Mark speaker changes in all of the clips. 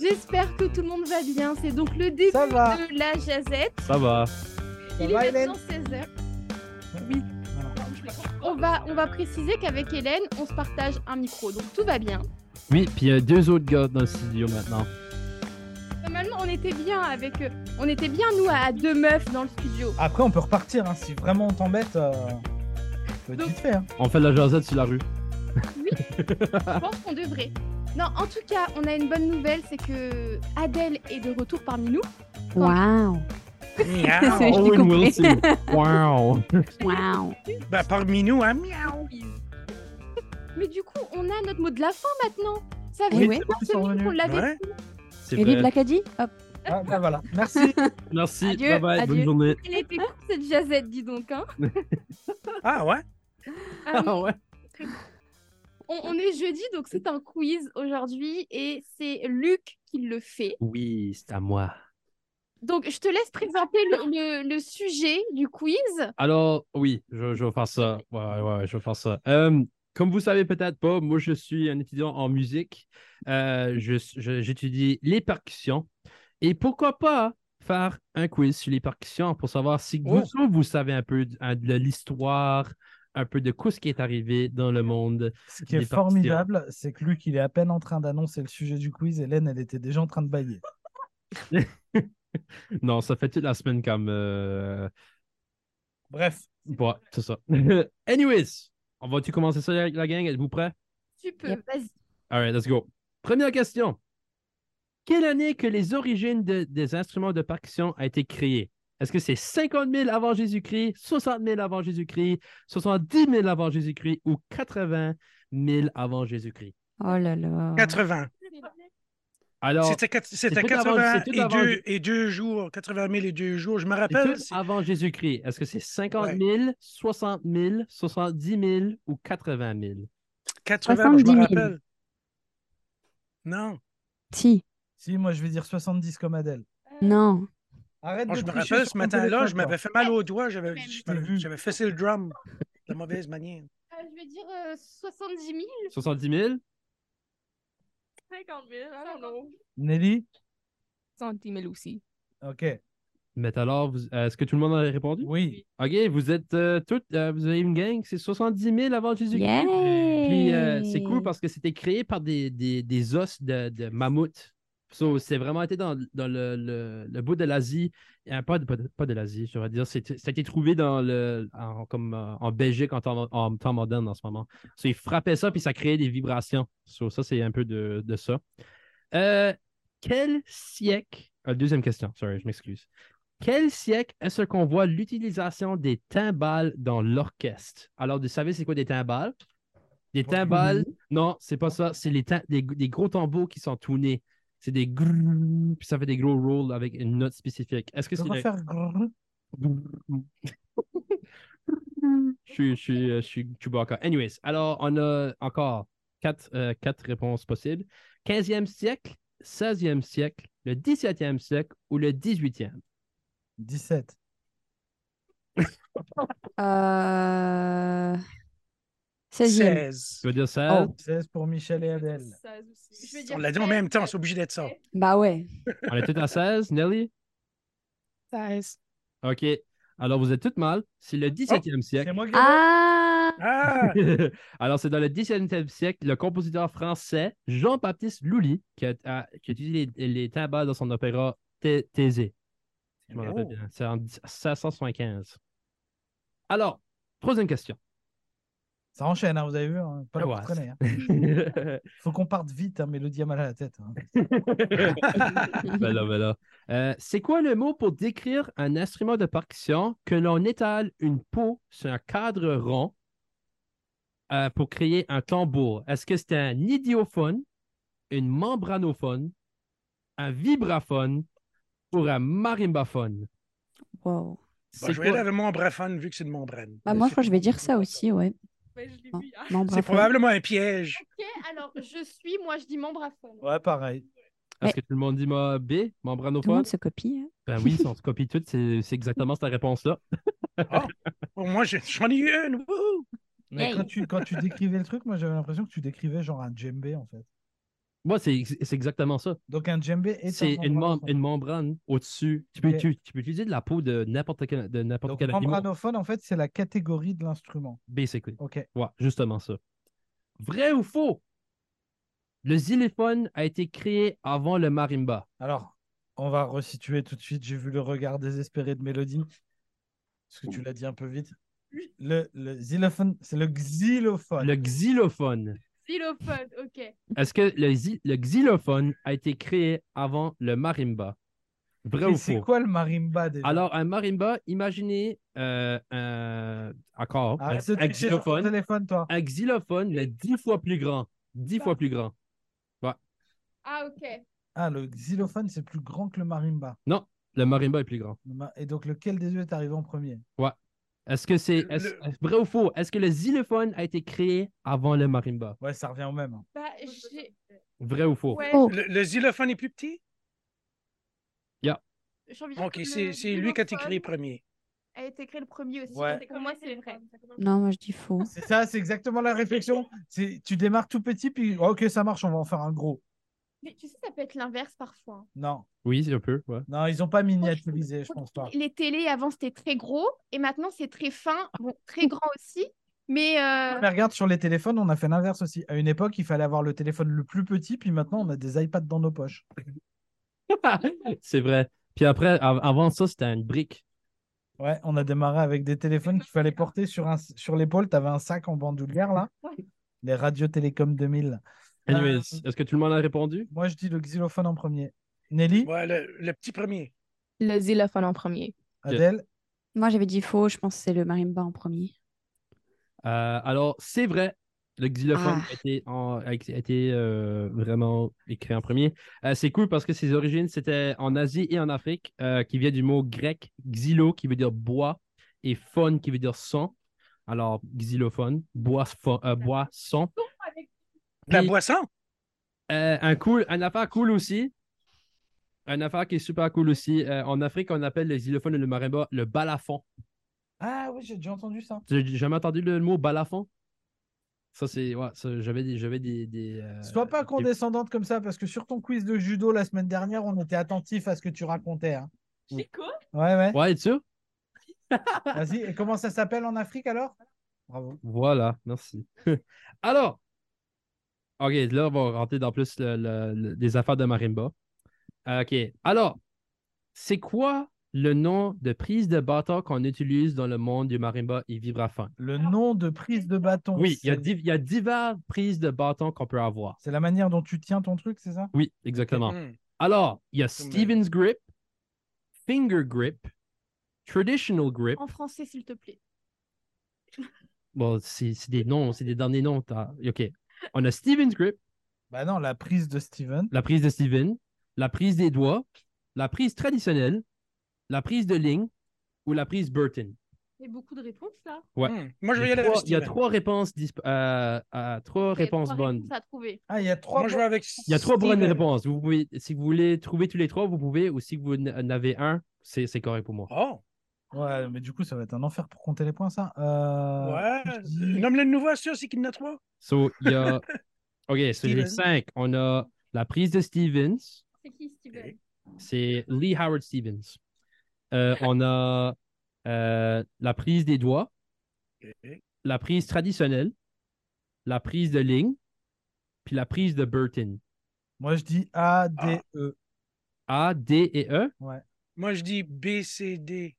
Speaker 1: J'espère que tout le monde va bien. C'est donc le début
Speaker 2: Ça va.
Speaker 1: de la jazette.
Speaker 3: Ça va.
Speaker 2: Ça
Speaker 1: Il
Speaker 2: va,
Speaker 1: est
Speaker 2: Hélène
Speaker 1: maintenant 16h. Oui. On va, on va préciser qu'avec Hélène, on se partage un micro, donc tout va bien.
Speaker 3: Oui, puis il y a deux autres gars dans le studio maintenant.
Speaker 1: Normalement, on était bien avec, euh, on était bien nous à à deux meufs dans le studio.
Speaker 2: Après, on peut repartir. hein, Si vraiment on t'embête, euh, on peut
Speaker 1: Donc-
Speaker 2: vite faire.
Speaker 3: On fait de la jasette sur la rue.
Speaker 2: Ah.
Speaker 1: Je pense qu'on devrait. Non, en tout cas, on a une bonne nouvelle, c'est que Adèle est de retour parmi nous.
Speaker 4: Wow!
Speaker 5: Miaou.
Speaker 4: Je l'ai
Speaker 3: Owen
Speaker 4: compris.
Speaker 3: Wilson. wow.
Speaker 4: Wow!
Speaker 5: Bah, parmi nous, hein, miaou.
Speaker 1: Mais du coup, on a notre mot de la fin maintenant. Ça
Speaker 4: Eh
Speaker 1: fait
Speaker 4: ouais.
Speaker 1: trois
Speaker 2: Ils sont
Speaker 1: semaines
Speaker 2: revenus.
Speaker 1: qu'on l'avait.
Speaker 5: Ouais.
Speaker 3: C'est
Speaker 4: Et les
Speaker 3: vrai.
Speaker 4: Black Caddy? Hop!
Speaker 2: Ah, bah voilà. Merci.
Speaker 3: Merci.
Speaker 4: Adieu,
Speaker 3: bye bye.
Speaker 4: adieu.
Speaker 3: Bonne journée.
Speaker 1: Elle était cool cette jazette, dis donc. Hein.
Speaker 5: Ah ouais?
Speaker 1: Ah oui.
Speaker 3: ouais.
Speaker 1: on, on est jeudi, donc c'est un quiz aujourd'hui et c'est Luc qui le fait.
Speaker 3: Oui, c'est à moi.
Speaker 1: Donc, je te laisse présenter le, le- le sujet du quiz.
Speaker 3: Alors, oui, je, je vais faire ça. Ouais, ouais, ouais, je vais faire ça. Euh, comme vous savez peut-être pas, moi, je suis un étudiant en musique. Euh, je- je- J'étudie les percussions. Et pourquoi pas faire un quiz sur les percussions pour savoir si vous,
Speaker 2: Oh.
Speaker 3: autres, vous savez un peu de, de l'histoire, un peu de quoi ce qui est arrivé dans le monde.
Speaker 2: Ce qui est
Speaker 3: Des partitions.
Speaker 2: formidable, c'est que Luc, il est à peine en train d'annoncer le sujet du quiz. Hélène, elle était déjà en train de bailler.
Speaker 3: Non, ça fait toute la semaine comme... euh,
Speaker 2: Bref.
Speaker 3: Ouais, c'est ça. Anyways, on va-tu commencer ça, la, la gang? Êtes-vous prêts?
Speaker 1: Tu peux.
Speaker 4: Yep.
Speaker 1: Vas-y.
Speaker 3: All right, let's go. Première question. Quelle année que les origines de- des instruments de percussion a été créée? Est-ce que c'est 50 000 avant Jésus-Christ, 60 000 avant Jésus-Christ, 70 000 avant Jésus-Christ ou 80 000 avant Jésus-Christ?
Speaker 4: Oh là là!
Speaker 5: 80.
Speaker 3: Alors,
Speaker 5: C'était quat- c'était
Speaker 3: tout avant-
Speaker 5: 80
Speaker 3: c'est tout
Speaker 5: et
Speaker 3: avant-
Speaker 5: deux, et deux jours. 80 000 et deux jours. Je me
Speaker 3: c'est
Speaker 5: rappelle.
Speaker 3: tout
Speaker 5: c'est-
Speaker 3: avant Jésus-Christ. Est-ce que c'est 50 000, 60 000, 70 000 ou 80 000?
Speaker 5: 80, je
Speaker 4: 70
Speaker 5: me
Speaker 4: 000.
Speaker 5: rappelle. Non. Oh,
Speaker 4: Si!
Speaker 2: Si, moi, je vais dire 70 comme Adèle.
Speaker 4: Non!
Speaker 2: Arrête
Speaker 5: Oh,
Speaker 2: de
Speaker 5: je me
Speaker 2: tricher sur
Speaker 5: rappelle ce
Speaker 2: ton
Speaker 5: matin-là,
Speaker 2: téléphone,
Speaker 5: je
Speaker 2: toi.
Speaker 5: m'avais fait mal au doigt. J'avais
Speaker 1: Même.
Speaker 2: Je t'ai vu.
Speaker 5: j'avais- j'avais fessé le drum de mauvaise manière.
Speaker 1: Euh, je vais dire euh, 70 000.
Speaker 3: 70 000?
Speaker 6: 50 000, I don't know.
Speaker 2: Nelly
Speaker 6: 110 000 aussi.
Speaker 2: Ok.
Speaker 3: Mais alors, vous- euh, est-ce que tout le monde a répondu?
Speaker 2: Oui.
Speaker 3: OK, vous êtes euh, toutes, euh, vous avez une gang, c'est 70 000 avant Jésus-Christ.
Speaker 4: Yeah!
Speaker 3: Puis euh, c'est cool parce que c'était créé par des, des, des os de, de mammouth. So, c'est vraiment été dans, dans le, le, le bout de l'Asie. Euh, Pas de, pas de, pas de l'Asie, je vais dire. C'est- Ça a été trouvé dans le, en, comme, euh, en Belgique en temps, en temps moderne en ce moment. So, ils frappaient ça, puis ça créait des vibrations. So, ça, c'est un peu de, de ça. Euh, quel siècle... ah, deuxième question, sorry, je m'excuse. Quel siècle est-ce qu'on voit l'utilisation des timbales dans l'orchestre? Alors, vous savez, c'est quoi des timbales? Des timbales, non, c'est pas ça. C'est les tim- des, des gros tambours qui sont tournés. C'est des grrrr, puis ça fait des gros rolls avec une note spécifique. Est-ce que
Speaker 2: Je
Speaker 3: c'est
Speaker 2: vais
Speaker 3: le-
Speaker 2: faire grrr.
Speaker 3: je suis, je suis, euh, je suis Chewbacca. Anyways, alors on a encore quatre, euh, quatre réponses possibles. 15e siècle, 16e siècle, le 17e siècle ou le 18e.
Speaker 2: 17.
Speaker 4: Euh... Oh, 16e.
Speaker 5: 16.
Speaker 3: Tu veux dire ça?
Speaker 2: 16 pour Michel et Adèle.
Speaker 6: 16 aussi.
Speaker 1: Je vais dire
Speaker 5: On l'a dit en même temps, c'est obligé d'être ça.
Speaker 4: Bah ouais.
Speaker 3: On est tous à 16, Nelly?
Speaker 6: 16.
Speaker 3: OK. Alors vous êtes toutes mal. C'est le 17e siècle.
Speaker 2: C'est moi qui
Speaker 4: Ah!
Speaker 5: Ah!
Speaker 3: Alors, c'est dans le 17e siècle, le compositeur français Jean-Baptiste Lully qui a, a- qui a utilisé les, les timbales dans son opéra Thé- Thésée. Je me rappelle
Speaker 5: Oh.
Speaker 3: bien. C'est en 1775. Alors, troisième question.
Speaker 2: Ça enchaîne, hein, vous avez vu. hein, Pas
Speaker 3: Ah
Speaker 2: le
Speaker 3: ouais,
Speaker 2: connaît. hein.
Speaker 3: ben
Speaker 2: Faut qu'on parte vite, hein, mais le diamant à la tête. hein.
Speaker 3: là, ben là. Euh, c'est quoi le mot pour décrire un instrument de percussion que l'on étale une peau sur un cadre rond euh, pour créer un tambour? Est-ce que c'est un idiophone, une membranophone, un vibraphone ou un marimbaphone?
Speaker 4: Wow.
Speaker 5: Bon, je vais aller avec mon braphone vu que c'est de mon brain.
Speaker 4: Bah moi, je crois que je vais dire ça aussi, ouais.
Speaker 6: Mais je l'ai
Speaker 4: Ah.
Speaker 6: vu hier.
Speaker 4: Non, bravo.
Speaker 5: C'est probablement un piège.
Speaker 1: Ok, alors je suis, moi je dis membraphone.
Speaker 2: Ouais, pareil.
Speaker 3: Est-ce que tout le monde dit ma B,
Speaker 4: Tout le
Speaker 3: membranophone?
Speaker 4: monde se copie. hein.
Speaker 3: Ben oui, si on se copie tout, c'est c'est exactement cette réponse-là.
Speaker 5: Au moins, j'ai- j'en ai eu une. wouhou!
Speaker 2: Mais
Speaker 4: Hey.
Speaker 2: quand tu, quand tu décrivais le truc, moi j'avais l'impression que tu décrivais genre un djembé en fait.
Speaker 3: Moi, c'est c'est exactement ça.
Speaker 2: Donc un djembé est, un
Speaker 3: C'est une, mem-
Speaker 2: membranophone.
Speaker 3: une membrane au-dessus. Tu peux,
Speaker 2: Ok.
Speaker 3: tu- tu peux utiliser de la peau de n'importe quel, de n'importe
Speaker 2: Donc,
Speaker 3: quel animal.
Speaker 2: membranophone, en fait, c'est la catégorie de l'instrument.
Speaker 3: Basically.
Speaker 2: Ok.
Speaker 3: Ouais, justement ça. Vrai ou faux? Le xylophone a été créé avant le marimba.
Speaker 2: Alors, on va resituer tout de suite. J'ai vu le regard désespéré de Mélodie. Parce que tu l'as dit un peu vite. Le, le xylophone, c'est le xylophone.
Speaker 3: Le xylophone.
Speaker 1: Xylophone, ok.
Speaker 3: Est-ce que le, xy- le xylophone a été créé avant le marimba? Vrai
Speaker 2: Mais
Speaker 3: ou
Speaker 2: c'est
Speaker 3: faux?
Speaker 2: quoi le marimba déjà
Speaker 3: Alors, un marimba, imaginez euh, un- encore un,
Speaker 2: Arrête de
Speaker 3: un
Speaker 2: tricher sur ton
Speaker 3: xylophone.
Speaker 2: téléphone, toi.
Speaker 3: Un xylophone, mais dix fois plus grand. Dix fois plus grand.
Speaker 1: Ah, ok.
Speaker 2: Ah, le xylophone, c'est plus grand que le marimba.
Speaker 3: Le marimba est plus grand.
Speaker 2: Le ma- Et donc, lequel des deux est arrivé en premier
Speaker 3: Est-ce que c'est
Speaker 5: Le-
Speaker 3: est-ce- vrai ou faux? Est-ce que le xylophone a été créé avant le marimba?
Speaker 2: Ouais, ça revient au même. hein.
Speaker 1: Bah, j'ai.
Speaker 3: Vrai ou faux?
Speaker 1: Ouais.
Speaker 4: Oh.
Speaker 5: Le, le xylophone est plus petit?
Speaker 1: j'ai envie de dire
Speaker 5: Ok,
Speaker 1: que
Speaker 5: c'est
Speaker 1: le
Speaker 5: c'est lui qui a été
Speaker 1: xylophone
Speaker 5: créé premier.
Speaker 1: A été créé le premier aussi.
Speaker 2: Ouais.
Speaker 1: donc Pour moi, c'est vrai.
Speaker 4: Non, moi je dis faux.
Speaker 2: C'est ça, c'est exactement la réflexion. C'est tu démarres tout petit, puis oh, ok, ça marche, on va en faire un gros.
Speaker 1: Mais tu sais, ça peut être l'inverse parfois. hein.
Speaker 2: Non,
Speaker 3: Oui, c'est un peu, ouais.
Speaker 2: non, ils ont pas miniaturisé, je pense pas.
Speaker 1: Les télés, avant, c'était très gros. Et maintenant, c'est très fin. Bon, très grand aussi. Mais. euh,
Speaker 2: Mais regarde, sur les téléphones, on a fait l'inverse aussi. À une époque, il fallait avoir le téléphone le plus petit, puis maintenant, on a des iPads dans nos poches.
Speaker 3: C'est vrai. Puis après, av- avant ça, c'était une brique.
Speaker 2: Ouais, on a démarré avec des téléphones qu'il fallait porter sur, un, sur l'épaule. T'avais un sac en bandoulière, là. Les radios Télécom 2000.
Speaker 3: Anyways,
Speaker 5: Ah.
Speaker 2: Euh,
Speaker 3: est-ce que tout le monde a répondu?
Speaker 2: Moi, je dis le xylophone en premier. Nelly,
Speaker 5: Ouais, le, le petit premier.
Speaker 6: Le xylophone en premier.
Speaker 2: Adèle,
Speaker 4: Moi j'avais dit faux, je pense que c'est le marimba en premier.
Speaker 3: Euh, alors, c'est vrai. Le xylophone
Speaker 4: Ah.
Speaker 3: a été, en- a été- a été, euh, vraiment écrit en premier. Euh, c'est cool parce que ses origines, c'était en Asie et en Afrique, euh, qui vient du mot grec xylo, qui veut dire bois, et phone, qui veut dire son. Alors, xylophone, bois, pho- euh, bois son.
Speaker 5: La
Speaker 3: Puis-
Speaker 5: boisson?
Speaker 3: Euh, un cool, une affaire cool aussi. Une affaire qui est super cool aussi. Euh, en Afrique, on appelle le xylophone et le marimba le balafon.
Speaker 2: Ah oui, j'ai déjà entendu ça.
Speaker 3: Tu n'as jamais entendu le mot balafon? Ça, c'est. Ouais, ça, j'avais des. J'avais des, des euh,
Speaker 2: Sois pas
Speaker 3: des-
Speaker 2: condescendante comme ça, parce que sur ton quiz de judo la semaine dernière, on était attentif à ce que tu racontais. hein.
Speaker 6: J'écoute.
Speaker 2: Ouais, ouais.
Speaker 3: Ouais, tu
Speaker 2: Vas-y, et comment ça s'appelle en Afrique alors Bravo.
Speaker 3: Voilà, merci. Alors, OK, là, on va rentrer dans plus le- le- le- des affaires de marimba. Euh, OK. Alors, c'est quoi le nom de prise de bâton qu'on utilise dans le monde du marimba et vibraphone?
Speaker 2: Le nom de prise de bâton.
Speaker 3: Oui, il y, a
Speaker 2: Ah. c'est-
Speaker 3: div- il y a diverses prises de bâton qu'on peut avoir.
Speaker 2: C'est la manière dont tu tiens ton truc, c'est ça
Speaker 3: Oui, exactement.
Speaker 5: Hmm.
Speaker 3: Alors, il y a
Speaker 5: Comme, euh,
Speaker 3: Stevens Grip, Finger Grip, Traditional Grip.
Speaker 5: Oh.
Speaker 1: En français, s'il te plaît.
Speaker 3: Bon, c'est c'est des noms, c'est des derniers noms. t'as- OK. On a Stevens Grip,
Speaker 2: Bah non, la prise de Steven.
Speaker 3: la prise de Steven, la prise des doigts, la prise traditionnelle, la prise de ligne ou la prise Burton.
Speaker 1: Il y a beaucoup de réponses là.
Speaker 3: Ouais.
Speaker 5: Hmm. Moi, je
Speaker 3: mm. Il
Speaker 5: vais
Speaker 3: y
Speaker 5: y
Speaker 3: a
Speaker 5: aller
Speaker 3: trois,
Speaker 5: avec
Speaker 3: il y a
Speaker 5: Steven.
Speaker 3: trois réponses, disp- euh, euh, trois
Speaker 1: Il y a
Speaker 3: réponses
Speaker 1: trois
Speaker 3: bonnes.
Speaker 1: réponses à trouver.
Speaker 2: Ah, il y a trois.
Speaker 5: Moi, je vais
Speaker 2: bonnes-
Speaker 5: avec
Speaker 3: Il y a trois bonnes
Speaker 5: Steven.
Speaker 3: réponses. Vous pouvez, si vous voulez trouver tous les trois, vous pouvez, ou si vous n- en avez un, c'est c'est correct pour moi.
Speaker 5: Oh,
Speaker 2: Ouais, mais du coup, ça va être un enfer pour compter les points, ça. Euh,
Speaker 5: ouais.
Speaker 2: je dis-
Speaker 5: Nomme-le de nouveau, sûr, c'est qu'il y en a trois.
Speaker 3: So, il y a. OK, so j'ai
Speaker 5: Steven.
Speaker 3: cinq. On a la prise de Stevens,
Speaker 1: C'est qui Steven
Speaker 3: c'est Lee Howard Stevens. Euh, on a euh, la prise des doigts,
Speaker 5: Ok.
Speaker 3: la prise traditionnelle, la prise de ligne, puis la prise de Burton.
Speaker 2: Moi, je dis A,
Speaker 5: Ah.
Speaker 2: D, E.
Speaker 3: A, D et E,
Speaker 5: Moi, je dis B, C, D.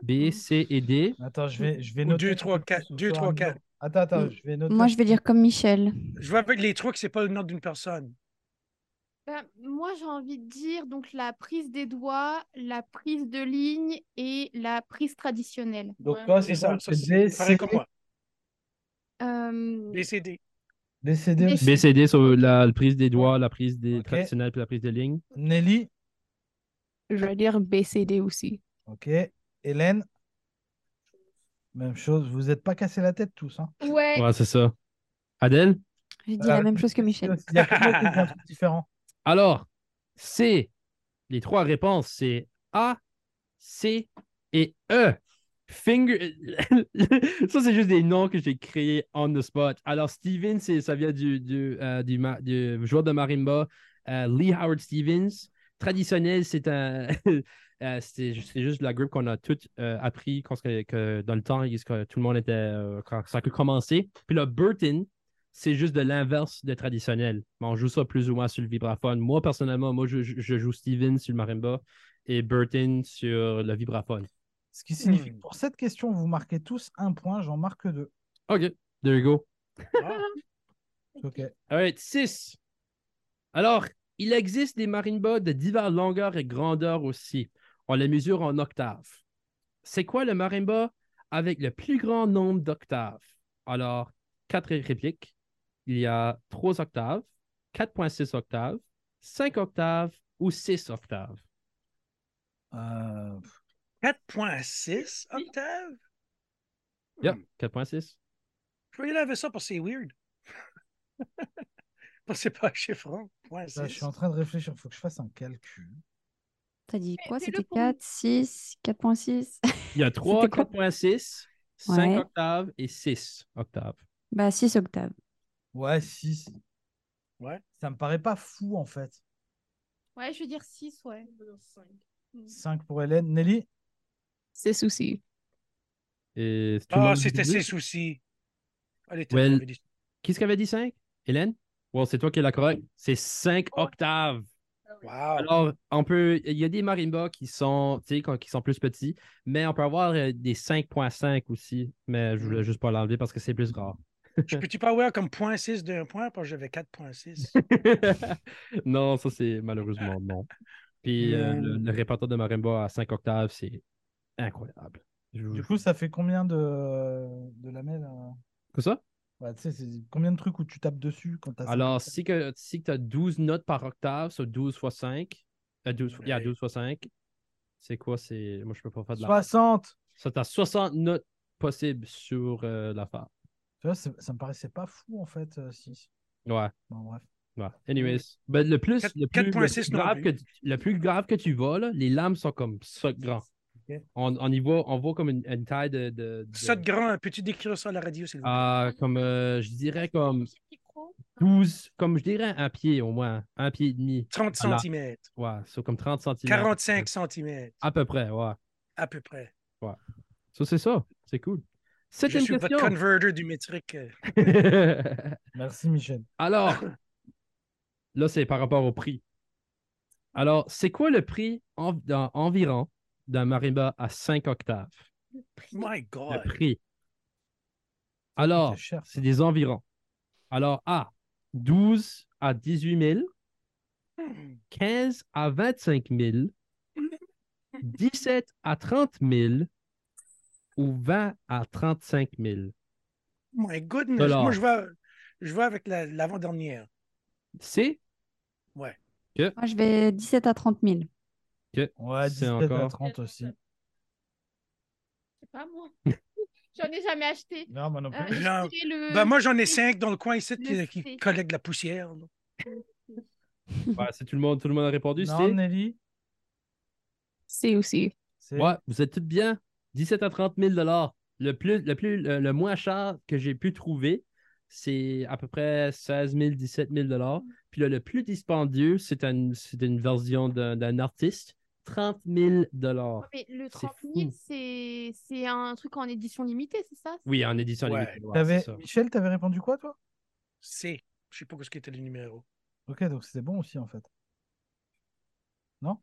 Speaker 3: B, C et D.
Speaker 2: Attends, je vais, je vais
Speaker 5: Ou
Speaker 2: noter.
Speaker 5: deux, trois, quatre.
Speaker 2: ce
Speaker 5: Deux,
Speaker 2: soir,
Speaker 5: trois,
Speaker 2: mais-
Speaker 5: quatre. Mmh.
Speaker 2: Attends, attends,
Speaker 4: Mm.
Speaker 2: je vais noter.
Speaker 4: Moi je vais dire comme Michel.
Speaker 5: Je vais avec les trois que c'est pas le nom d'une personne.
Speaker 1: Ben, moi, j'ai envie de dire donc la prise des doigts, la prise de ligne et la prise traditionnelle.
Speaker 2: Donc, toi, c'est
Speaker 5: C'est
Speaker 2: ça.
Speaker 5: ça,
Speaker 2: C'est
Speaker 5: ça,
Speaker 2: D,
Speaker 5: Pareil
Speaker 2: C,
Speaker 5: comme moi.
Speaker 1: Euh,
Speaker 5: B, C, D.
Speaker 2: D, C, D
Speaker 1: B,
Speaker 2: aussi.
Speaker 3: B, C, D sur la, la prise des doigts, la prise des
Speaker 2: Ok.
Speaker 3: traditionnelle, puis la prise de ligne.
Speaker 2: Nelly,
Speaker 6: Je vais dire BCD aussi.
Speaker 2: ok. Hélène, même chose. Vous n'êtes pas cassé la tête tous. Hein.
Speaker 1: Ouais,
Speaker 3: Ouais, c'est ça. Adèle?
Speaker 4: J'ai dit
Speaker 2: Ah,
Speaker 4: la même chose que Michel.
Speaker 2: Il y a quelqu'un qui a dit un truc différent.
Speaker 3: Alors, c'est les trois réponses, c'est A, C et E. Finger. ça, c'est juste des noms que j'ai créés on the spot. Alors, Stevens, c'est- ça vient du, du, euh, du, ma- du joueur de marimba euh, Lee Howard Stevens. Traditionnel, c'est un. euh, c'est ju- c'est juste la grippe qu'on a toutes euh, appris quand, que, que dans le temps, il- que tout le monde était. euh, quand ça a commencé. Puis le Burton, c'est juste de l'inverse de traditionnel. Mais on joue ça plus ou moins sur le vibraphone. Moi, personnellement, moi, je, je- je joue Stevens sur le marimba et Burton sur le vibraphone.
Speaker 2: Ce qui signifie que pour cette question, vous marquez tous un point, j'en marque deux.
Speaker 3: OK, there you go.
Speaker 5: Ah,
Speaker 2: Ok.
Speaker 3: All right, 6. Alors, il existe des marimbas de diverses longueurs et grandeurs aussi. On les mesure en octaves. C'est quoi le marimba avec le plus grand nombre d'octaves? Alors, quatre répliques. Il y a 3 octaves, 4.6 octaves, 5 octaves ou 6 octaves.
Speaker 2: Euh,
Speaker 5: 4.6 octaves?
Speaker 3: Yep,
Speaker 5: Hmm.
Speaker 3: 4.6.
Speaker 5: Je vais laver ça parce que c'est weird. parce que c'est pas un chiffron. Point
Speaker 2: là, je suis
Speaker 5: six.
Speaker 2: en train de réfléchir, il faut que je fasse un calcul.
Speaker 4: T'as dit quoi
Speaker 1: fais-le
Speaker 4: C'était
Speaker 1: pour nous.
Speaker 4: 4, 6, 4.6
Speaker 3: Il y a 3,
Speaker 4: C'était quoi?
Speaker 3: 4.6, 5
Speaker 4: Ouais.
Speaker 3: octaves et 6 octaves.
Speaker 4: Bah, 6 octaves.
Speaker 2: Ouais, 6.
Speaker 5: Ouais.
Speaker 2: Ça me paraît pas fou en fait.
Speaker 1: Ouais, je veux dire 6, ouais.
Speaker 2: 5 pour Hélène. Nelly
Speaker 6: 6 aussi.
Speaker 3: Et tout le
Speaker 5: Ah,
Speaker 3: monde
Speaker 5: c'était
Speaker 3: dit-
Speaker 5: ses soucis. Elle était
Speaker 3: Well,
Speaker 5: mauvais des-
Speaker 3: Qu'est-ce qu'avait dit 5? Hélène? Wow, c'est toi qui es la correcte. C'est 5 octaves.
Speaker 5: Wow.
Speaker 3: Alors, on peut. Il y a des marimbas qui sont, tu sais, quand- qui sont plus petits, mais on peut avoir euh, des 5.5 aussi. Mais je voulais juste pas l'enlever parce que c'est plus rare.
Speaker 5: je peux-tu pas avoir comme point 6 d'un point parce que j'avais 4.6?
Speaker 3: non, ça c'est malheureusement non. Puis euh, le, le répertoire de marimba à 5 octaves, c'est incroyable. Je vous-
Speaker 2: Du coup, ça fait combien de, de lamelles euh
Speaker 3: que ça?
Speaker 2: Bah, tu sais, c'est combien de trucs où tu tapes dessus quand t'as cinq
Speaker 3: Alors,
Speaker 2: lamelles
Speaker 3: si que si tu as 12 notes par octave, sur 12 fois 5, euh, 12, fois- il y a
Speaker 5: Ouais.
Speaker 3: 12 fois 5, c'est quoi? C'est. Moi, je peux pas faire de la.
Speaker 2: 60
Speaker 3: Ça, t'as 60 notes possibles sur euh, l'affaire.
Speaker 2: Tu vois, c'est- ça me paraissait pas fou en fait, 6.
Speaker 3: Ouais,
Speaker 2: Bon, bref.
Speaker 3: ouais. Anyways. Ben, le plus,
Speaker 5: Quatre-
Speaker 3: le plus, le
Speaker 5: 4.6
Speaker 3: plus
Speaker 5: non
Speaker 3: grave que,
Speaker 5: plus.
Speaker 3: tu- le plus grave que tu vas, là, les lames sont comme ça de grand.
Speaker 2: Ok.
Speaker 3: On, on y voit, on voit comme une, une taille de. de, de-
Speaker 5: Ça de grand, peux-tu décrire ça à la radio, s'il vous plaît?
Speaker 3: Ah, comme euh, je dirais comme
Speaker 1: Micro.
Speaker 3: 12, comme je dirais un pied au moins, un pied et demi.
Speaker 5: 30
Speaker 3: voilà.
Speaker 5: cm,
Speaker 3: Ouais, c'est comme 30 cm.
Speaker 2: Ah.
Speaker 5: 45 cm,
Speaker 3: À peu près, ouais.
Speaker 5: à peu près.
Speaker 3: Ça, c'est ça. C'est cool.
Speaker 5: Je
Speaker 3: Septième
Speaker 5: suis votre
Speaker 3: question.
Speaker 5: converter du métrique. euh,
Speaker 2: Merci Michel.
Speaker 3: Alors, là, c'est par rapport au prix. Alors, c'est quoi le prix en- dans- environ d'un marimba à 5 octaves?
Speaker 5: My
Speaker 3: Le
Speaker 5: God.
Speaker 3: prix. Alors, Oh.
Speaker 2: C'est cher.
Speaker 3: c'est des environs. Alors, A, 12 à 18 000, 15 à 25 000, 17 à 30 000 ou 20 à 35 000.
Speaker 5: My goodness.
Speaker 3: Dollars.
Speaker 5: Moi, je vais, je vais avec la- l'avant-dernière.
Speaker 3: C'est
Speaker 4: Moi, je vais 17 à 30 000.
Speaker 2: Ouais,
Speaker 3: C'est
Speaker 2: 17 à
Speaker 3: encore-
Speaker 2: 30 aussi.
Speaker 1: Ah Je sais pas moi. J'en ai jamais acheté.
Speaker 2: Non, moi non
Speaker 1: Euh,
Speaker 2: plus.
Speaker 1: je
Speaker 5: Non.
Speaker 1: dirais le...
Speaker 2: Bah,
Speaker 5: Ben, moi, j'en ai cinq dans le coin ici
Speaker 1: le
Speaker 5: qui, qui
Speaker 1: C.
Speaker 5: collectent de la poussière. là.
Speaker 3: Ouais, c'est tout le monde, tout le monde a répondu.
Speaker 2: non,
Speaker 3: c'est-
Speaker 2: Nelly
Speaker 6: C'est aussi.
Speaker 2: c'est-
Speaker 3: Ouais, vous êtes toutes bien. 17 à 30 000 le plus, le, plus, le, le moins cher que j'ai pu trouver, c'est à peu près 16 000, 17 000 Puis là, le plus dispendieux, c'est un- c'est une version d'un d'un artiste, 30 000
Speaker 1: Mais le
Speaker 3: Oh, C'est
Speaker 1: 30
Speaker 3: fou.
Speaker 1: 000, c'est c'est un truc en édition limitée, c'est ça
Speaker 3: Oui, en édition
Speaker 5: Ouais.
Speaker 3: limitée. ouais,
Speaker 2: T'avais-
Speaker 3: c'est ça.
Speaker 2: Michel, t'avais répondu quoi toi
Speaker 5: C. Je sais pas ce qu'était le numéro.
Speaker 2: Ok, donc c'était bon aussi en fait.
Speaker 3: ça?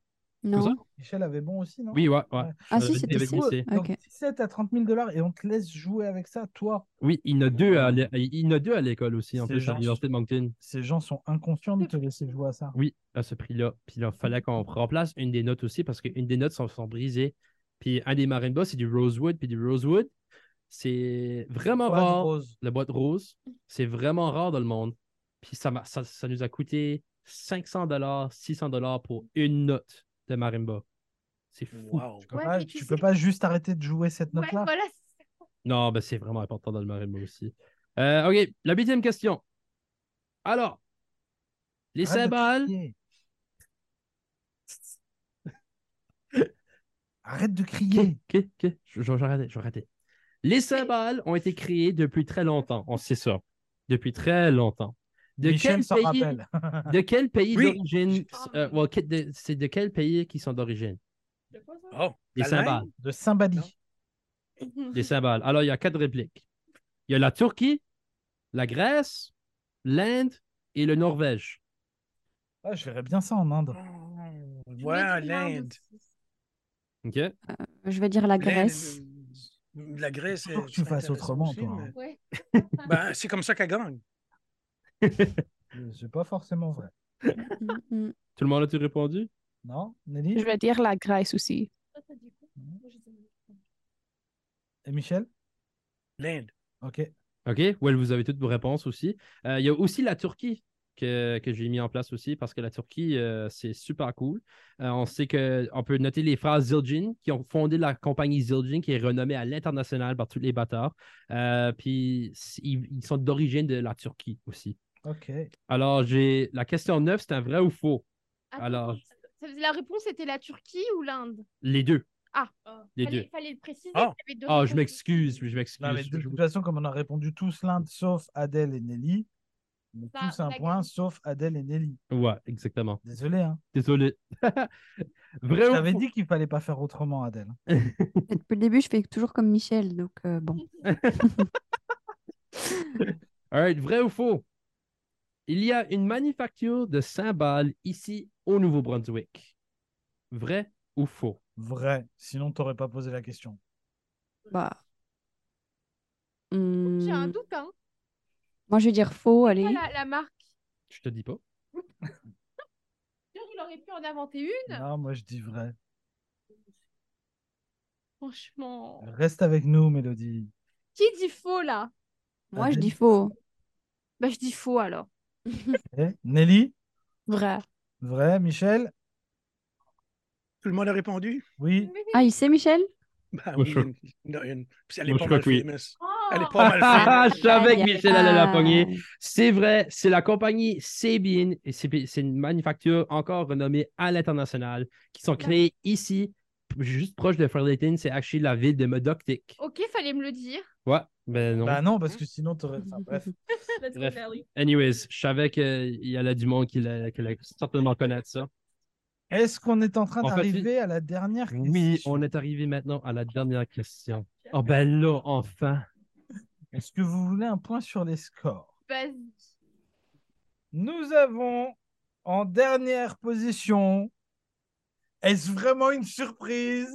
Speaker 4: Non.
Speaker 2: Michel avait bon aussi, non
Speaker 3: Oui, ouais, ouais.
Speaker 2: Ouais.
Speaker 4: Ah,
Speaker 3: Euh,
Speaker 4: si, c'est
Speaker 3: avec
Speaker 4: possible.
Speaker 3: moi, c'est-
Speaker 2: Donc
Speaker 4: Ok.
Speaker 2: 17 à 30 000 dollars et on te laisse jouer avec ça, toi.
Speaker 3: Oui, il y en a deux à l'é- il y en a deux à l'école aussi, en
Speaker 2: C'est
Speaker 3: plus, à
Speaker 2: genre-
Speaker 3: l'Université de Moncton.
Speaker 2: Ces gens sont inconscients de te laisser jouer à ça.
Speaker 3: Oui, à ce prix-là. Puis là, il fallait qu'on remplace une des notes aussi parce qu'une des notes sont, sont brisées. Puis un des marimbas, c'est du Rosewood. Puis du Rosewood, c'est vraiment
Speaker 2: Pas de
Speaker 3: rare.
Speaker 2: rose.
Speaker 3: La boîte rose, c'est vraiment rare dans le monde. Puis ça, m'a- ça, ça nous a coûté 500 dollars, 600 dollars pour une note de marimba. C'est fou.
Speaker 5: Wow.
Speaker 2: Tu peux,
Speaker 1: Ouais,
Speaker 2: pas,
Speaker 1: mais tu
Speaker 2: tu
Speaker 1: sais-
Speaker 2: peux pas juste arrêter de jouer cette
Speaker 1: Ouais,
Speaker 2: note-là.
Speaker 1: voilà. c'est-
Speaker 3: Non, ben c'est vraiment important dans le marimba aussi. Euh, OK, la huitième question. Alors, les
Speaker 2: Arrête de
Speaker 3: cymbales,
Speaker 2: crier. Arrête de crier.
Speaker 3: Ok, ok, je, je, je vais rater, je vais rater. Les cymbales ont été créées depuis très longtemps, on sait ça. Depuis très longtemps. De
Speaker 2: Michel
Speaker 3: quel
Speaker 2: s'en
Speaker 3: pays,
Speaker 2: rappelle.
Speaker 3: de quel pays
Speaker 5: Oui.
Speaker 3: d'origine euh, well, que- de- C'est de quel pays qui sont d'origine
Speaker 5: Oh,
Speaker 3: Les
Speaker 5: l'Allemagne?
Speaker 3: cymbales.
Speaker 2: De Symbali.
Speaker 3: Les cymbales. Alors, il y a quatre répliques. Il y a la Turquie, la Grèce, l'Inde et le Norvège.
Speaker 2: Ah, je verrais bien ça en Inde.
Speaker 5: Oh,
Speaker 1: Je hein, voulais
Speaker 5: ouais,
Speaker 1: dire l'Inde
Speaker 5: l'Inde.
Speaker 1: aussi.
Speaker 3: OK?
Speaker 4: Je vais dire la Grèce.
Speaker 5: L'Inde, euh, La Grèce.
Speaker 2: Faut que
Speaker 5: euh,
Speaker 2: tu
Speaker 5: c'est
Speaker 2: fasses
Speaker 5: intéressant
Speaker 2: autrement,
Speaker 5: aussi,
Speaker 2: toi, hein.
Speaker 5: mais-
Speaker 1: Ouais.
Speaker 5: Ben, c'est comme ça qu'elle gagne.
Speaker 2: C'est pas forcément vrai.
Speaker 4: Mm, mm.
Speaker 3: Tout le monde a-tu répondu?
Speaker 2: Non,
Speaker 6: Je
Speaker 2: Nelly
Speaker 6: vais dire la Grèce aussi.
Speaker 1: Toi, t'as dit quoi
Speaker 5: Mhm.
Speaker 1: Moi, je sais pas.
Speaker 2: Et Michel
Speaker 5: L'Inde.
Speaker 2: Ok.
Speaker 3: OK? Well, vous avez toutes vos réponses aussi. Euh, il y a aussi la Turquie que, que j'ai mis en place aussi parce que la Turquie, euh, c'est super cool. Euh, on sait que on peut noter les frères Zildjian qui ont fondé la compagnie Zildjian qui est renommée à l'international par tous les batteurs. Euh, puis s- ils, ils sont d'origine de la Turquie aussi.
Speaker 2: Ok.
Speaker 3: Alors, j'ai la question 9, c'est un vrai ou faux?
Speaker 1: Attends,
Speaker 3: Alors-
Speaker 1: ça faisait- la réponse était la Turquie ou l'inde
Speaker 3: Les deux.
Speaker 1: Ah,
Speaker 5: Oh.
Speaker 3: Les
Speaker 1: fallait,
Speaker 3: deux.
Speaker 1: fallait le préciser.
Speaker 5: Ah.
Speaker 1: il y avait deux
Speaker 3: Ah, je
Speaker 1: réponses.
Speaker 3: m'excuse, je m'excuse.
Speaker 2: Non, mais de
Speaker 3: Je-
Speaker 2: toute façon, comme on a répondu tous l'Inde sauf Adèle et Nelly, on a
Speaker 1: Ça,
Speaker 2: tous un
Speaker 1: la
Speaker 2: point
Speaker 1: gagne.
Speaker 2: sauf Adèle et Nelly.
Speaker 3: Ouais, exactement.
Speaker 2: Désolé, hein.
Speaker 3: Désolé. vrai
Speaker 2: Je
Speaker 3: ou
Speaker 2: t'avais
Speaker 3: faux?
Speaker 2: dit qu'il fallait pas faire autrement, Adèle.
Speaker 4: Depuis le début, je fais toujours comme Michel, donc euh, bon.
Speaker 3: Alright, vrai ou faux? Il y a une manufacture de cymbales ici au Nouveau-Brunswick. Vrai ou faux?
Speaker 2: Vrai. Sinon, t'aurais pas posé la question.
Speaker 5: Mm.
Speaker 4: Bah.
Speaker 1: J'ai un
Speaker 4: Hmm,
Speaker 1: doute, hein.
Speaker 4: Moi, je vais dire faux, allez.
Speaker 1: Pas la, la marque.
Speaker 3: Je te dis pas.
Speaker 1: D'ailleurs, Il aurait pu en inventer une.
Speaker 2: Non, moi, je dis vrai.
Speaker 1: Franchement.
Speaker 3: Euh.
Speaker 2: Reste avec nous, Mélodie.
Speaker 1: Qui dit faux là
Speaker 4: Moi, je
Speaker 2: Adèle.
Speaker 4: dis faux.
Speaker 1: Bah, je dis faux alors.
Speaker 2: Eh, Nelly
Speaker 6: Vrai.
Speaker 2: Vrai. Michel
Speaker 5: Tout le monde a répondu?
Speaker 2: Oui.
Speaker 4: Ah, il sait, Michel
Speaker 5: Ben
Speaker 3: Moi,
Speaker 5: oui,
Speaker 3: je-
Speaker 5: une- une- une- Puis elle est
Speaker 3: Moi,
Speaker 5: pas
Speaker 3: je crois
Speaker 5: mal
Speaker 3: que oui.
Speaker 5: famous.
Speaker 1: Oh,
Speaker 5: Elle est pas mal famous.
Speaker 3: Ah, je savais que
Speaker 4: Aïe, ah,
Speaker 3: Michel allait la
Speaker 4: aïe,
Speaker 3: pogner.
Speaker 4: aïe.
Speaker 3: C'est vrai, c'est la compagnie Sabine, et c'est c'est une manufacture encore renommée à l'international, qui sont créées ici, juste proche de Fredericton, c'est actually la ville de Medoctic.
Speaker 1: Ok, fallait me le dire.
Speaker 3: Ouais, ben non.
Speaker 2: Bah non, parce que sinon, t'aurais. Enfin, bref.
Speaker 3: Bref. Anyways, je savais qu'il y a du monde qui allait certainement connaître ça.
Speaker 2: Est-ce qu'on est en train
Speaker 3: En fait,
Speaker 2: d'arriver à la dernière question
Speaker 3: Oui, on est arrivé maintenant à la dernière question. Oh ben là, enfin.
Speaker 2: Est-ce que vous voulez un point sur les scores
Speaker 1: Vas-y.
Speaker 2: Nous avons en dernière position. Est-ce vraiment une surprise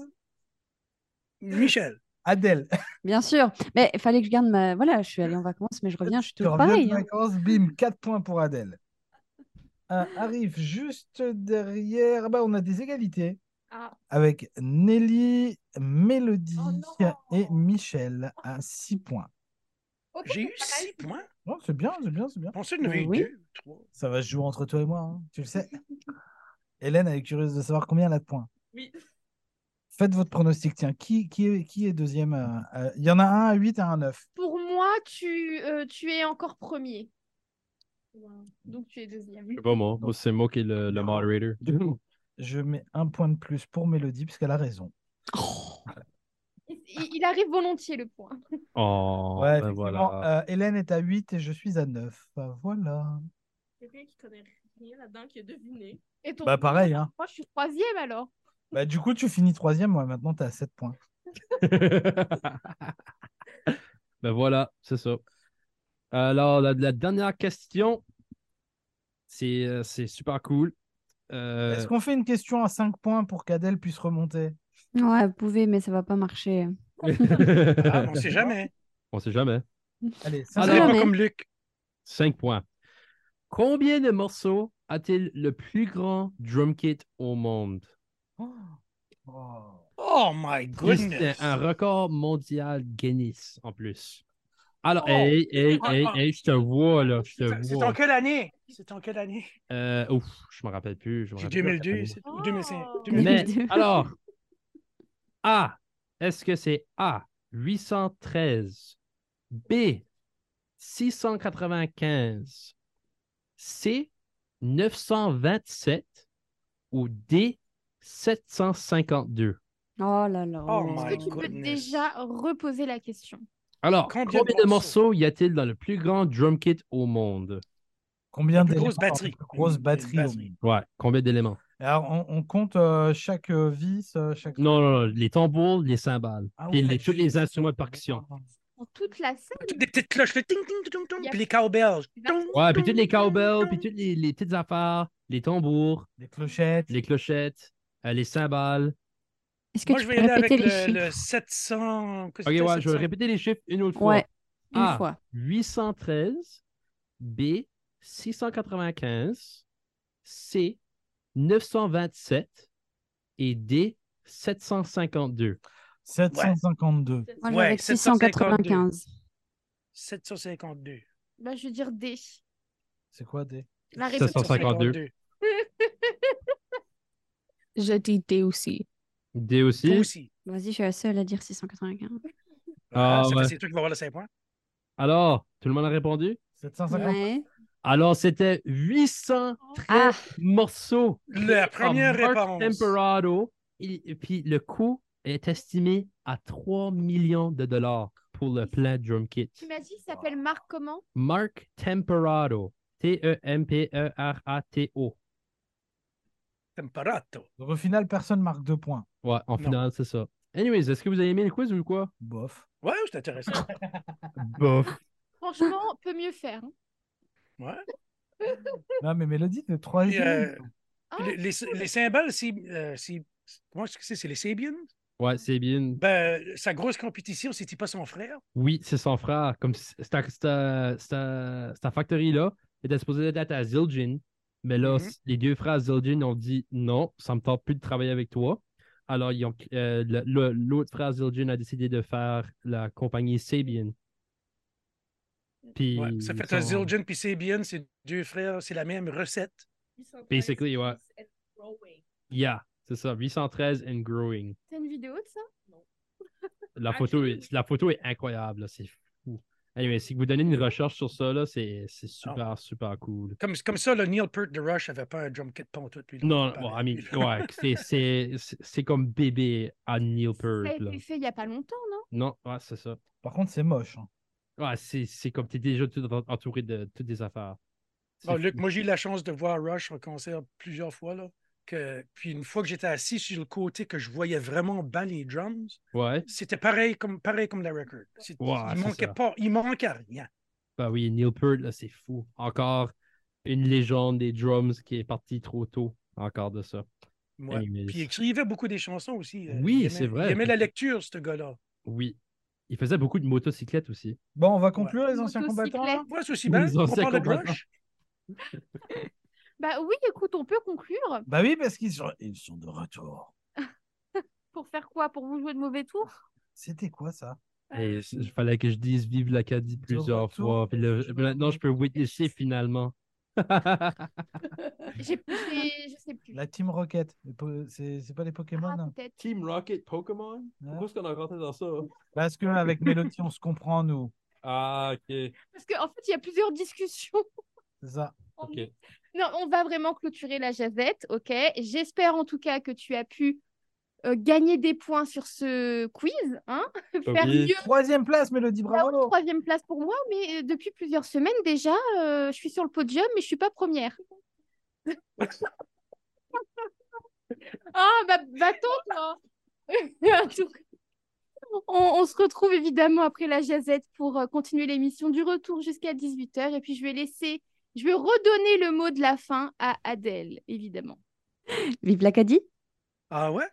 Speaker 5: Michel.
Speaker 2: Adèle,
Speaker 4: Bien sûr. Mais il fallait que je garde ma. Voilà, je suis allée en vacances, mais je reviens, je suis
Speaker 2: tu
Speaker 4: toujours
Speaker 2: reviens de
Speaker 4: pareil. hein.
Speaker 2: vacances, bim, 4 points pour Adèle. Euh, arrive juste derrière. Ah Bah, on a des égalités
Speaker 1: Ah.
Speaker 2: avec Nelly, Mélodie
Speaker 1: Oh non.
Speaker 2: et Michel à 6 points.
Speaker 1: Ok,
Speaker 5: J'ai eu
Speaker 1: c'est pareil.
Speaker 5: six points.
Speaker 2: Non, c'est bien, c'est bien, c'est bien.
Speaker 5: Je pensais qu'il y en avait eu
Speaker 4: Oui.
Speaker 5: deux, trois.
Speaker 2: Ça va se jouer entre toi et moi, hein, tu le sais. Hélène, elle est curieuse de savoir combien elle a de points.
Speaker 1: Oui.
Speaker 2: Faites votre pronostic, tiens. Qui, qui, est, qui est deuxième euh, euh, Il y en a un à 8 et un à 9.
Speaker 1: Pour moi, tu, euh, tu es encore premier. Donc tu es deuxième.
Speaker 3: pas moi, c'est moi qui est le, moderator.
Speaker 2: Je mets un point de plus pour Mélodie, puisqu'elle a raison.
Speaker 4: Oh,
Speaker 1: Il, il arrive volontiers le point.
Speaker 3: Oh,
Speaker 2: Ouais,
Speaker 3: ben
Speaker 2: effectivement,
Speaker 3: voilà.
Speaker 2: euh, Hélène est à 8 et je suis à 9. Euh, voilà.
Speaker 7: quelqu'un qui connaît rien là-dedans, qui a deviné.
Speaker 1: Et ton-
Speaker 2: Bah, pareil, hein.
Speaker 1: Moi, je suis troisième alors.
Speaker 2: Bah, du coup, tu finis troisième. Moi, maintenant, tu as 7 points.
Speaker 3: ben voilà, c'est ça. Alors, la, la dernière question, c'est euh, c'est super cool. Euh,
Speaker 2: Est-ce qu'on fait une question à 5 points pour qu'Adèle puisse remonter
Speaker 4: hein. Ouais, vous pouvez, mais ça va pas marcher.
Speaker 5: Ah, on sait jamais.
Speaker 3: on sait jamais.
Speaker 2: Allez,
Speaker 5: On
Speaker 1: Ah,
Speaker 2: cinq
Speaker 5: n'est
Speaker 4: Alors-
Speaker 2: points.
Speaker 5: pas
Speaker 4: mais-
Speaker 5: comme Luc.
Speaker 3: 5 points. Combien de morceaux a-t-il le plus grand drum kit au monde?
Speaker 2: Oh.
Speaker 5: Oh
Speaker 3: C'est
Speaker 5: my goodness.
Speaker 3: un record mondial Guinness en plus. Alors,
Speaker 5: Oh.
Speaker 3: hey, hey,
Speaker 5: Ah,
Speaker 3: hey,
Speaker 5: ah.
Speaker 3: hey, je te vois là, je
Speaker 5: C'est
Speaker 3: te
Speaker 5: c'est en
Speaker 3: vois.
Speaker 5: quelle année? C'est en quelle année?
Speaker 3: Euh, ouf, je me rappelle plus. Je me
Speaker 5: C'est
Speaker 3: rappelle plus de la
Speaker 5: 2002,
Speaker 3: date.
Speaker 5: c'est- ou 2005.
Speaker 1: Oh.
Speaker 5: 2002.
Speaker 3: Mais
Speaker 4: 2002.
Speaker 3: alors, A, est-ce que c'est A, 813, B, 695, C, 927 ou D, 752?
Speaker 4: Oh là là.
Speaker 5: Oh my
Speaker 1: Est-ce que tu peux
Speaker 5: goodness.
Speaker 1: déjà reposer la question
Speaker 3: Alors,
Speaker 5: Combien de
Speaker 3: combien, de
Speaker 5: morceaux
Speaker 3: morceaux y a-t-il dans le plus grand drum kit au monde?
Speaker 2: Combien
Speaker 5: La plus
Speaker 2: d'éléments
Speaker 5: grosse batterie.
Speaker 2: La plus grosse
Speaker 5: Une-
Speaker 2: batterie.
Speaker 5: une
Speaker 2: au
Speaker 5: batterie.
Speaker 2: monde.
Speaker 3: Ouais, combien d'éléments?
Speaker 2: Alors, on, on compte euh, chaque euh, vis, euh, chaque.
Speaker 3: Non, non, non, les tambours, les cymbales,
Speaker 2: Ah
Speaker 3: puis
Speaker 2: ouais.
Speaker 3: les- tous les instruments de percussion.
Speaker 1: Pour toute la scène
Speaker 5: Toutes des petites cloches, le ting ting ting ting,
Speaker 1: Yep.
Speaker 5: puis les cowbells. Tong,
Speaker 3: Ouais, puis toutes les
Speaker 5: tong,
Speaker 3: cowbells, puis
Speaker 5: tong.
Speaker 3: toutes les, les petites affaires, les tambours,
Speaker 2: Les clochettes.
Speaker 3: les clochettes, euh, les cymbales.
Speaker 4: Est-ce que
Speaker 5: Moi,
Speaker 4: tu
Speaker 5: je vais
Speaker 4: peux
Speaker 5: y aller
Speaker 4: répéter
Speaker 5: avec
Speaker 4: les chiffres
Speaker 5: le, le 700. qu'est-ce
Speaker 3: Ok,
Speaker 5: que c'était,
Speaker 3: ouais, je vais
Speaker 5: 700?
Speaker 3: répéter les chiffres une autre fois.
Speaker 4: Ouais, une
Speaker 3: Ah.
Speaker 4: fois.
Speaker 3: 813, B, 695, C, 927 et D, 752.
Speaker 2: 752.
Speaker 4: Moi, je
Speaker 5: Ouais,
Speaker 4: vais avec
Speaker 5: 752.
Speaker 4: 695.
Speaker 5: 752.
Speaker 1: bah, Je veux dire D.
Speaker 2: C'est quoi des
Speaker 1: La réponse.
Speaker 3: 752.
Speaker 6: Je dis D aussi.
Speaker 3: D
Speaker 5: Toi
Speaker 3: aussi.
Speaker 5: aussi.
Speaker 4: Vas-y, je suis la seule à dire 695.
Speaker 3: Ah,
Speaker 5: Ah, ça fait-
Speaker 3: ouais.
Speaker 5: C'est toi qui vas avoir le 5 points.
Speaker 3: Alors, tout le monde a répondu?
Speaker 2: 750
Speaker 4: Ouais.
Speaker 3: Alors, c'était 800
Speaker 4: Ah,
Speaker 3: morceaux.
Speaker 5: La première
Speaker 3: par Mark
Speaker 5: réponse.
Speaker 3: Temperado. Et, et puis, le coût est estimé à 3 millions de dollars pour le plein drum kit.
Speaker 1: Tu m'as dit, il s'appelle Marc comment
Speaker 3: Mark Temperado. E T-E-M-P-E-R-A-T-O.
Speaker 5: Temperato.
Speaker 2: Donc au final, personne marque deux points.
Speaker 3: Ouais, en
Speaker 5: Non.
Speaker 3: finale, c'est ça. Anyways, est-ce que vous avez aimé le quiz ou quoi?
Speaker 2: Bof.
Speaker 5: Ouais, c'est intéressant.
Speaker 3: Bof.
Speaker 1: Franchement, peut mieux faire. hein.
Speaker 5: Ouais.
Speaker 2: Non, mais Mélodie, t'es
Speaker 5: euh,
Speaker 2: troisième.
Speaker 3: Mhm.
Speaker 1: Ah,
Speaker 5: Les, les- les cymbales, c'est. euh, c'est- Comment est-ce que c'est C'est les Sabians
Speaker 3: Ouais, c'est bien.
Speaker 5: Ben, sa grosse compétition, c'était pas son frère.
Speaker 3: Oui, c'est son frère. Comme c- c'est à- c'est à- c'est à- cette factory-là était supposée être à Zildjian. Mais là,
Speaker 5: Mhm.
Speaker 3: s- les deux frères Zildjian ont dit non, ça me tente plus de travailler avec toi. Alors, ils ont cr- euh, le- le- l'autre frère Zildjian a décidé de faire la compagnie Sabian. Puis,
Speaker 5: Ouais, ça fait
Speaker 3: ils
Speaker 5: un
Speaker 3: sont-
Speaker 5: Zildjian puis Sabian, c'est deux frères, c'est la même recette.
Speaker 3: Basically, ouais.
Speaker 7: And growing.
Speaker 3: Yeah, c'est ça, 813 and growing.
Speaker 1: T'as une vidéo de ça
Speaker 3: La
Speaker 7: Ah,
Speaker 3: photo,
Speaker 7: j'ai-
Speaker 3: est, la photo est incroyable, là, c'est fou. Anyway, si vous donnez une recherche sur ça, là, c'est c'est
Speaker 5: Ah.
Speaker 3: super, super cool.
Speaker 5: Comme, comme ça, le Neil Peart de Rush avait pas un drum kit pont tout. Lui, là,
Speaker 3: Non,
Speaker 5: pareil.
Speaker 3: bon, I mean, ouais, c'est- c'est- c'est c'est comme bébé à Neil Peart,
Speaker 1: Ça a
Speaker 3: là.
Speaker 1: été fait il y a pas longtemps, non
Speaker 3: Non, ouais, c'est ça.
Speaker 2: Par contre, c'est moche. hein.
Speaker 3: Ouais, c'est c'est comme t'es déjà tout en- entouré de toutes des affaires. C'est
Speaker 5: Bon, Luc,
Speaker 3: fou.
Speaker 5: moi, j'ai eu la chance de voir Rush en concert plusieurs fois. Là, que... Puis une fois que j'étais assis sur le côté que je voyais vraiment bien les drums,
Speaker 3: Ouais,
Speaker 5: c'était pareil comme, pareil comme la record. C'est-
Speaker 3: Ouais,
Speaker 5: il,
Speaker 3: c'est
Speaker 5: manquait
Speaker 3: ça.
Speaker 5: pas, il manquait rien.
Speaker 3: bah oui, Neil Peart, là, c'est fou. Encore une légende des drums qui est partie trop tôt. Encore de ça.
Speaker 5: Ouais.
Speaker 3: Anyways.
Speaker 5: Puis il écrivait beaucoup des chansons aussi. euh,
Speaker 3: Oui,
Speaker 5: il aimait-
Speaker 3: c'est vrai.
Speaker 5: Il aimait la lecture, ce gars-là.
Speaker 3: Oui. Il faisait beaucoup de motocyclettes aussi.
Speaker 2: Bon, on va conclure les
Speaker 1: Ouais.
Speaker 2: anciens combattants. là
Speaker 5: Ouais, c'est aussi bien.
Speaker 3: Les
Speaker 5: On
Speaker 3: anciens
Speaker 5: parle de
Speaker 3: combattants.
Speaker 5: Rush.
Speaker 1: Bah oui, écoute, on peut conclure.
Speaker 2: Bah oui, parce qu'ils sont... Ils sont de retour.
Speaker 1: Pour faire quoi Pour vous jouer de mauvais tours
Speaker 2: C'était quoi ça
Speaker 5: Ah,
Speaker 3: Et c- il fallait que je dise vive l'Acadie plusieurs
Speaker 2: retour,
Speaker 3: fois. Puis le-
Speaker 2: je me
Speaker 3: maintenant, je peux witnesser finalement. ouais,
Speaker 1: J'ai- j'ai- Je sais plus.
Speaker 2: La Team Rocket. Les po- C'est c'est pas les Pokémon
Speaker 1: Ah,
Speaker 2: hein
Speaker 1: peut-être.
Speaker 3: Team Rocket
Speaker 5: Hein?
Speaker 3: Pokémon?
Speaker 2: Pourquoi
Speaker 3: est-ce qu'on a rentré dans ça?
Speaker 2: Parce que avec Mélodie, on se comprend, nous.
Speaker 3: Ah, ok.
Speaker 1: Parce qu'en fait, il y a plusieurs discussions.
Speaker 2: C'est ça.
Speaker 3: Ok.
Speaker 1: Non, on va vraiment clôturer la jazette, ok J'espère en tout cas que tu as pu euh, gagner des points sur ce quiz, hein Faire
Speaker 3: Oui.
Speaker 1: mieux.
Speaker 2: Troisième place, Mélodie,
Speaker 1: La haute
Speaker 2: bravo
Speaker 1: troisième place pour moi, mais euh, depuis plusieurs semaines déjà, euh, je suis sur le podium, mais je suis pas première. ah, bah, va-t'en, toi. En tout cas, on, on se retrouve évidemment après la jazette pour euh, continuer l'émission du retour jusqu'à 18h. Et puis, je vais laisser, je vais redonner le mot de la fin à Adèle, évidemment.
Speaker 4: Vive l'Acadie
Speaker 5: Ah ouais?